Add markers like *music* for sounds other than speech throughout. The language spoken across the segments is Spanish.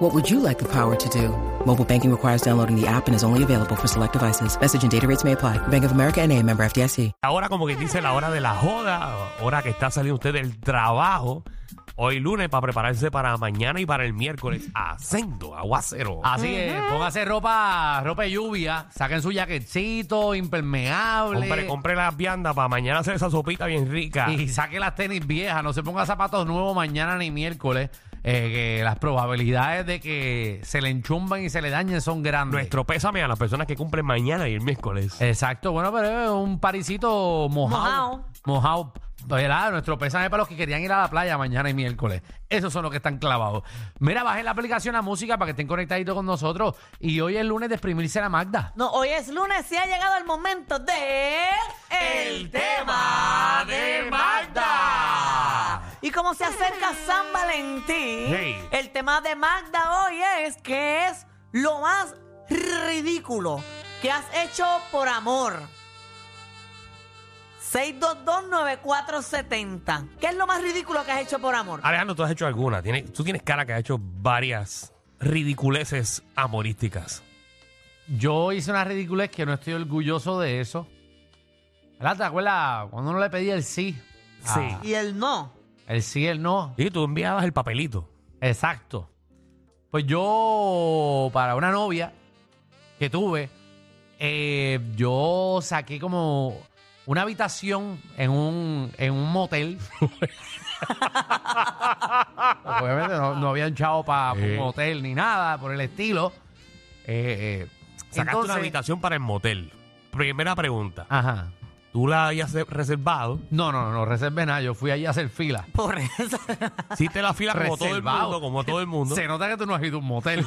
What would you like the power to do? Mobile banking requires downloading the app and is only available for select devices. Message and data rates may apply. Bank of America and a member FDIC. Ahora, como que dice, la hora de la joda, hora que está saliendo usted del trabajo. Hoy lunes para prepararse para mañana y para el miércoles. Acento, aguacero. Así es, póngase ropa, ropa de lluvia, saquen su jaquetcito impermeable Compre, compre las viandas para mañana hacer esa sopita bien rica. y saque las tenis viejas, no se ponga zapatos nuevos mañana ni miércoles, eh, que las probabilidades de que se le enchumban y se le dañen son grandes. Nuestro pésame a las personas que cumplen mañana y el miércoles. Eh, Exacto, bueno, pero es un parisito mojado. Mojado. ¿verdad? Nuestro pésame para los que querían ir a la playa mañana y miércoles. Esos son los que están clavados. Mira, bajen la aplicación a música para que estén conectaditos con nosotros. Y hoy es lunes de exprimirse la Magda. No, hoy es lunes y ha llegado el momento de... El tema de Magda. Y como se acerca San Valentín, Hey. el tema de Magda hoy es que es lo más ridículo que has hecho por amor. 6229470. ¿Qué es lo más ridículo que has hecho por amor? Alejandro, tú has hecho alguna. Tienes- tú tienes cara que has hecho varias ridiculeces amorísticas. Yo hice una ridiculez que no estoy orgulloso de eso. ¿Verdad? ¿Te acuerdas cuando uno le pedía el sí? Sí. Y el no. El sí, el no. Ah. Y tú enviabas el papelito. Exacto. Pues yo, para una novia que tuve, eh, yo saqué como una habitación en un, en un motel. Obviamente no, no había un chavo para Sí. un motel ni nada por el estilo. Eh, eh, Sacaste entonces- una habitación para el motel. Primera pregunta. Ajá. Tú la habías reservado. No, no, no, no reservé nada. Yo fui allí a hacer fila. Por eso. Hiciste la fila como todo el Reservado. mundo, como todo el mundo. Se nota que tú no has ido a un *laughs* motel.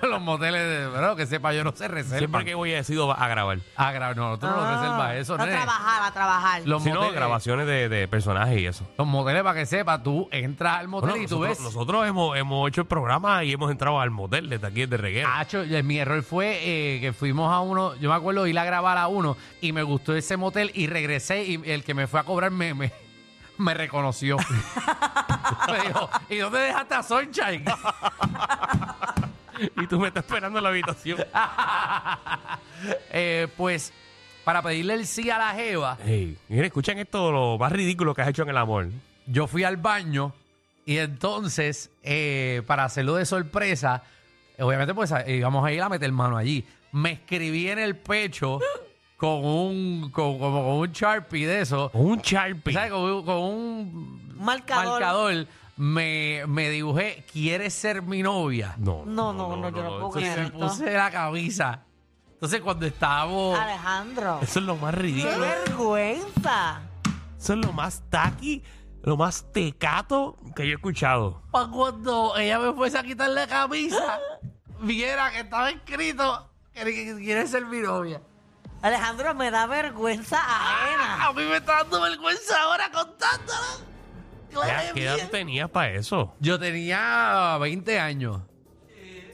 Los moteles, pero que sepa, yo no se reservan. Siempre que voy a decido a grabar. Ah, gra- no, tú no lo reservas eso, A nene. trabajar, a trabajar. Los Si no, moteles, grabaciones de, de personajes y eso. los moteles, para que sepa, tú entras al motel Bueno, y tú nosotros, ves. nosotros hemos, hemos hecho el programa y hemos entrado al motel desde aquí, desde Reguero. Ah. Acho, eh, mi error fue eh, que fuimos a uno, yo me acuerdo ir a grabar a uno y me gustó ese motel y regresé y el que me fue a cobrar me, me, *laughs* me reconoció. *laughs* me dijo, ¿y dónde dejaste *laughs* a Sunshine? Y tú me estás esperando en la *laughs* habitación. Ah. Eh, pues para pedirle el sí a la jeva, Ey, miren, escuchen esto, lo más ridículo que has hecho en el amor. yo fui al baño y entonces, eh, para hacerlo de sorpresa, obviamente pues eh, íbamos a ir a meter mano allí. Me escribí en el pecho con un, con, como con un Sharpie de eso, Un Sharpie. ¿sabes? Con, un- con un Marcador. marcador, me, me dibujé, ¿quieres ser mi novia? No, No, no, no, yo no puedo eso, Y creer. me Correcto. puse la camisa. Entonces cuando estábamos... Alejandro. eso es lo más ¡Qué ridículo. vergüenza! Eso es lo más taqui, lo más tecato que yo he escuchado. Pa' cuando ella me fuese a quitar la camisa, viera que estaba escrito que que quiere ser mi novia. Alejandro, me da vergüenza ajena. Ah. A mí me está dando vergüenza ahora contándolo. Claro Ya, que ¿Qué edad bien. tú tenías para eso? Yo tenía 20 años.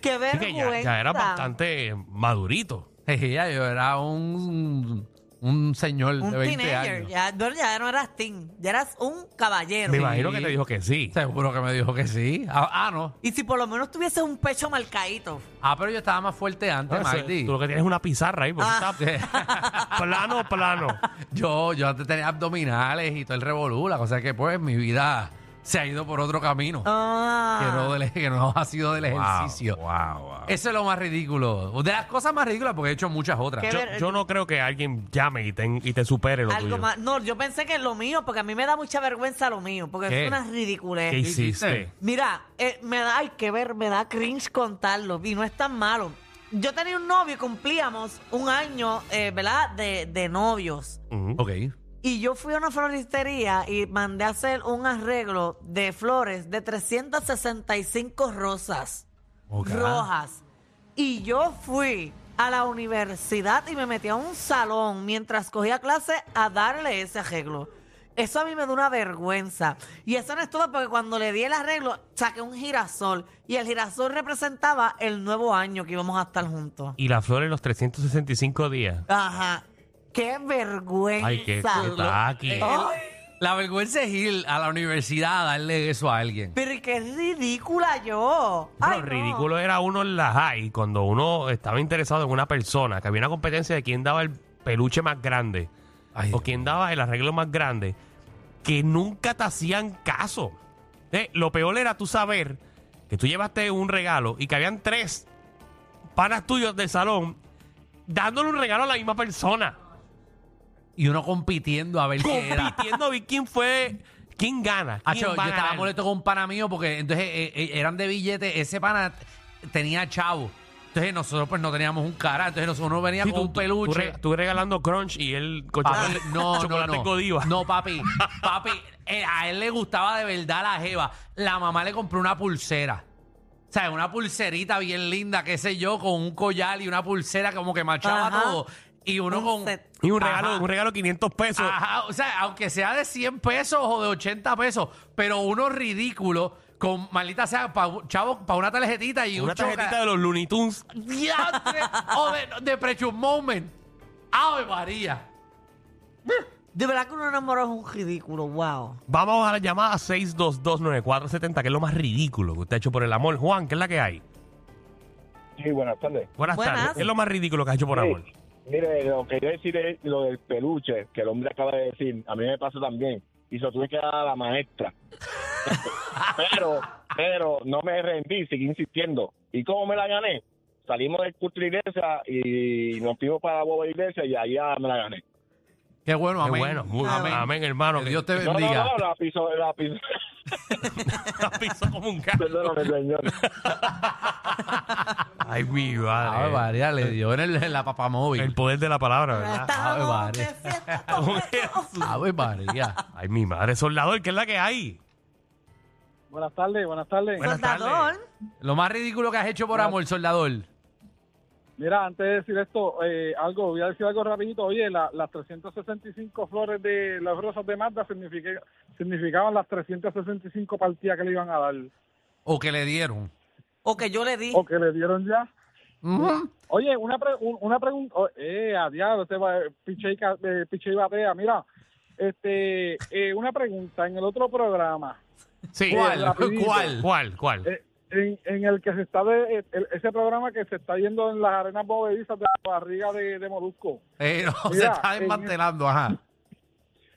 ¡Qué Así que ya, vergüenza! ya era bastante madurito. Ella, yo era un, un señor Un de 20 teenager. años. Ya, no, ya no eras teen, ya eras un caballero. Me imagino que te dijo que sí. Seguro que me dijo que sí. Ah, ah, no. Y si por lo menos tuvieses un pecho marcadito. Ah, pero yo estaba más fuerte antes, No, eso- Magdi. Tú lo que tienes es una pizarra ahí, porque Ah. está *laughs* plano, plano. *laughs* Yo, yo antes tenía abdominales y todo el revolú. La cosa es que, pues, mi vida se ha ido por otro camino. que no, Ah. del- que no ha sido del ejercicio. Wow, wow, wow. Eso es lo más ridículo. De las cosas más ridículas, porque he hecho muchas otras. Qué Yo, yo no creo que alguien llame y te, y te supere lo Algo tuyo. más. No, yo pensé que es lo mío, porque a mí me da mucha vergüenza lo mío, porque ¿Qué? es una ridiculez. ¿Qué hiciste? Mira, eh, me da, hay que ver, me da cringe contarlo y no es tan malo. Yo tenía un novio y cumplíamos un año, eh, ¿verdad?, de, de novios. Ujú. Ok. Y yo fui a una floristería y mandé a hacer un arreglo de flores de 365 rosas Ok. rojas. Y yo fui a la universidad y me metí a un salón mientras cogía clase a darle ese arreglo. Eso a mí me da una vergüenza. Y eso no es todo porque cuando le di el arreglo saqué un girasol y el girasol representaba el nuevo año que íbamos a estar juntos. Y la flor en los 365 días. Ajá. ¡Qué vergüenza! Ay, qué aquí. Ay, eh, La vergüenza es ir a la universidad a darle eso a alguien. pero qué ridícula yo. Ay, Lo no. ridículo era uno en la high cuando uno estaba interesado en una persona, que había una competencia de quién daba el peluche más grande Ay, o quién daba el arreglo más grande, que nunca te hacían caso. Eh, lo peor era tú saber que tú llevaste un regalo y que habían tres panas tuyos del salón dándole un regalo a la misma persona, Y uno compitiendo a ver qué era. compitiendo a ver quién fue, quién gana. Acho, quién yo va a estaba ganar. molesto con un pana mío porque entonces eh, eh, eran de billete. Ese pana t- tenía chavo. Entonces nosotros pues no teníamos un cara. Entonces nosotros uno venía Sí, con tú, un tú- peluche. Tú, re- tú regalando crunch y él con *laughs* Papi, chocolate- Ah, no, no, chocolate no. Godiva. No, papi. Papi, eh, a él le gustaba de verdad la jeva. La mamá le compró una pulsera. O sea, una pulserita bien linda, qué sé yo, con un collar y una pulsera como que marchaba Ajá. todo. Y uno Un con... set. Y un regalo, Ajá. un regalo 500 pesos. Ajá, o sea, aunque sea de 100 pesos o de 80 pesos, pero uno ridículo con maldita sea, pa, un- chavo, para una tarjetita y Una un choca- tarjetita de los Looney Tunes. ¡Diantre! o de, de Precious Moment. ¡Ave María! De verdad que un enamoró es un ridículo, wow. Vamos a la llamada 6229470, que es lo más ridículo que usted ha hecho por el amor. Juan, ¿qué es la que hay? Sí, buenas tardes. Buenas, Buenas. tardes. ¿Qué es lo más ridículo que has hecho por Sí, amor? Mire, lo que yo decir es lo del peluche, que el hombre acaba de decir, a mí me pasó también, y se lo tuve que dar a la *laughs* maestra. pero, pero no me rendí, seguí insistiendo. ¿Y cómo me la gané? Salimos del culto de iglesia y nos fuimos para Boba Iglesia y allá me la gané. Qué bueno, Qué amén. bueno. Muy- Amén, Amén. hermano. Que Que Dios te No, no, bendiga. no, la piso, la piso. *laughs* la pisó como un carro. *laughs* Perdóname, *laughs* señor. Ay, mi Ave madre. María le dio en, el- en la papamóvil. Eh. El poder de la palabra, ¿verdad? Estamos Ave de *laughs* fiesta con Jesús. Ave María. Ay, mi madre. Soldador, ¿qué es la que hay? Buenas tardes, buenas tardes. Buenas Soldador. tardes. Lo más ridículo que has hecho por amor, soldador. Mira, antes de decir esto, eh, algo, voy a decir algo rapidito. Oye, la- las 365 flores de las rosas de Mazda significa- significaban las 365 partidas que le iban a dar. O que le dieron. O que yo le di. O que le dieron ya. Oye, una, pre- un- una pregunta. oh, eh, a diablo, este va- piche y, ca- eh, piche y batea. Mira, este, eh, una pregunta. En el otro programa, Sí. ¿Cuál? ¿Cuál? ¿Cuál? ¿Cuál? eh, en, en el que se está, de, eh, el- ese programa que se está yendo en las arenas bovedizas de la barriga de, de Molusco. Eh, no, se Mira, está en- desmantelando, ajá.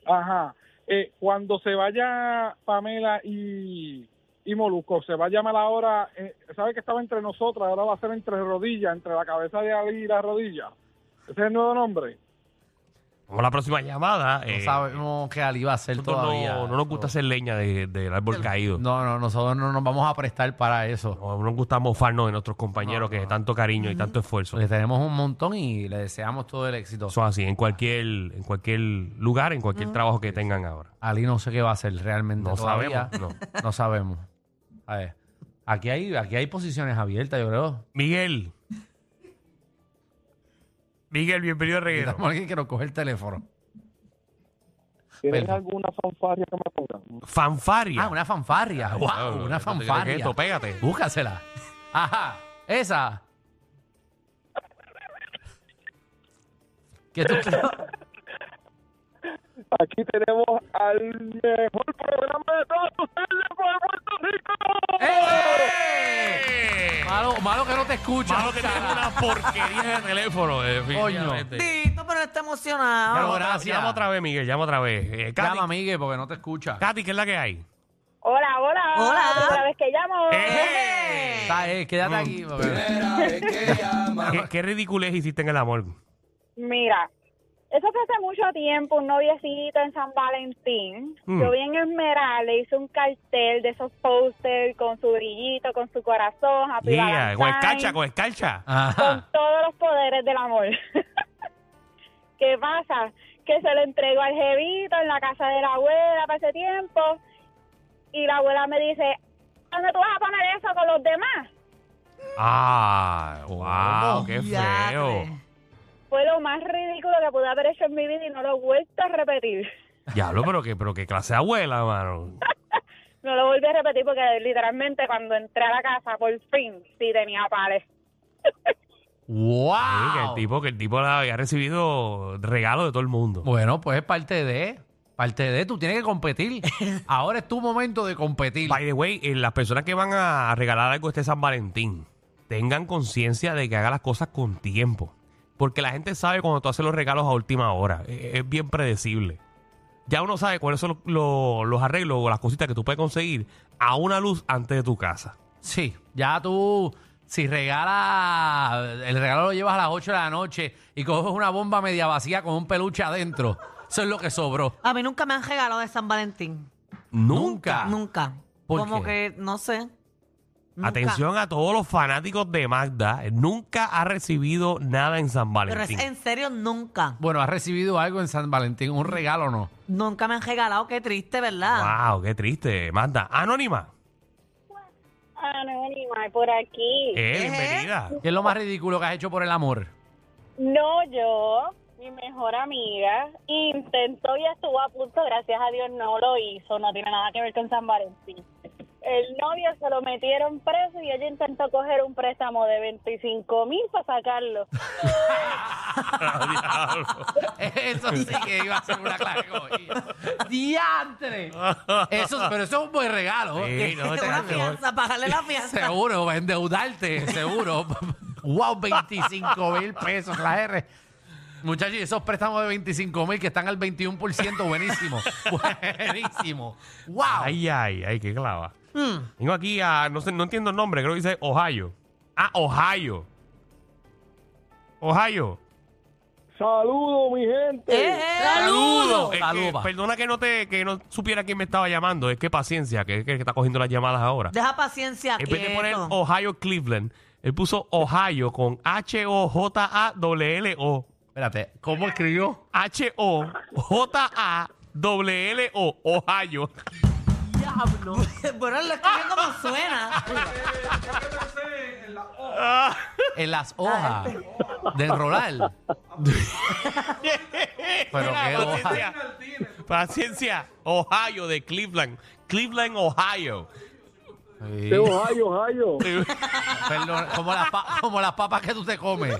Ajá. Eh, cuando se vaya Pamela y, y Molusco, se va a llamar ahora, eh, sabe que estaba entre nosotras, ahora va a ser entre rodillas, entre la cabeza de Ali y la rodilla. Ese es el nuevo nombre. Vamos a la próxima llamada. No Eh, sabemos qué Ali va a hacer nosotros todavía. no, no nos gusta hacer leña de- del árbol caído. No, no, nosotros no nos vamos a prestar para eso. No nos gusta mofarnos de nuestros compañeros No, que no. tanto cariño y tanto esfuerzo. Porque tenemos un montón y le deseamos todo el éxito. Eso es así, en cualquier, en cualquier lugar, en cualquier trabajo que tengan ahora. Ali no sé qué va a hacer realmente. No todavía. sabemos, No. sabemos. A ver. Aquí hay, aquí hay posiciones abiertas, yo creo. Miguel. Miguel, bienvenido a Reguero. Necesitamos a alguien que nos coge el teléfono. ¿Tienen Perfecto. alguna fanfarria que me pongan? Fanfaria. Oh, Ah, una fanfarria. wow, una ¿Qué es fanfarria. esto? Pégate. Búscasela. Ajá, esa. ¿Qué *laughs* tú Aquí tenemos al mejor programa de todos ustedes por Puerto Rico. ¡Eh! Malo, malo que no te escuchas. Malo que tenemos *laughs* una porquería de teléfono. eh, definitivamente. Tito, pero está emocionado. Llama otra- gracias. Llama otra vez, Miguel, llama otra vez. Eh, Katy, Llama, Migue, porque no te escucha. Katy, ¿qué es la que hay? Hola, hola. Hola. Otra vez que llamo. ¡Eh! Está, eh, quédate aquí. Mm. porque- ¿Qué, qué ridiculez hiciste en el amor? Mira, eso fue hace mucho tiempo, un noviecito en San Valentín. Mm. Yo vi en Esmeralda, le hice un cartel de esos posters con su brillito, con su corazón, happy Yeah, con Valentine, escarcha, con Ah. escarcha. con Ajá. todos los poderes del amor. *laughs* ¿Qué pasa? Que se lo entregó al jevito en la casa de la abuela para ese tiempo. Y la abuela me dice, ¿dónde tú vas a poner eso con los demás? Ah, wow, qué Diatre. feo. Fue lo más ridículo que pude haber hecho en mi vida y no lo he vuelto a repetir. Diablo, pero qué, pero qué clase de abuela, mano. No lo volví a repetir porque literalmente cuando entré a la casa, por fin, sí tenía pales. ¡Wow! Sí, que el tipo, que el tipo la había recibido regalo de todo el mundo. Bueno, pues es parte de. Parte de. Tú tienes *laughs* que competir. Ahora es tu momento de competir. By the way, eh, las personas que van a regalar algo este San Valentín, tengan conciencia de que haga las cosas con tiempo. Porque la gente sabe cuando tú haces los regalos a última hora. Eh, Es, bien predecible. Ya uno sabe cuáles son los, los- los arreglos o las cositas que tú puedes conseguir a una luz antes de tu casa. Sí, ya tú, si regala, el regalo lo llevas a las 8 de la noche y coges una bomba media vacía con un peluche adentro, eso es lo que sobró. A mí nunca me han regalado de San Valentín. Nunca. Nunca. ¿Por Como qué? que, no sé. Nunca. Atención a todos los fanáticos de Magda. eh, Nunca ha recibido nada en San Pero es Valentín. en serio, nunca. Bueno, ¿has recibido algo en San Valentín? ¿Un regalo o no? Nunca me han regalado. Qué triste, ¿verdad? Wow, qué triste. Magda, anónima. Ah, Anónima, por aquí. Eh, *laughs* Ejé. bienvenida. ¿Qué es lo más ridículo que has hecho por el amor? *laughs* No, yo, mi mejor amiga, intentó y estuvo a punto, gracias a Dios no lo hizo, no tiene nada que ver con San Valentín. El novio se lo metieron preso y ella intentó coger un préstamo de 25 mil para sacarlo. Eso sí que iba a ser una categoría. ¡Diantre! Eso, pero eso es un buen regalo. ¿eh? Sí, no, te- Una te- fianza, pagarle *laughs* la fianza. Seguro, va a endeudarte, seguro. wow, 25 mil pesos, la R. Muchachos, y esos préstamos de 25 mil que están al 21%, *laughs* buenísimo. buenísimo. Wow. Ay, ay, ay, qué clava. Mm. Tengo aquí a, no sé, no entiendo el nombre, creo que dice Ohio. Ah, Ohio. Ohio. Saludos, mi gente. Eh, eh. Saludos. Es que, Saludos, pa. perdona que no te, que no supiera quién me estaba llamando. Es que paciencia, que es que está cogiendo las llamadas ahora. Deja paciencia En vez de poner quieto. Ohio Cleveland, él puso Ohio con H-O-J-A-L-L-O. Espérate, ¿cómo escribió? H-O-J-A-L-L-O. Ohio. bueno, lo escribe como suena. En las hojas del Roral. Pero qué hoja. paciencia. Paciencia. Ohio de Cleveland. Cleveland, Ohio. Sí. De Ohio, Ohio. Perdón, como las, pa- como las papas que tú te comes.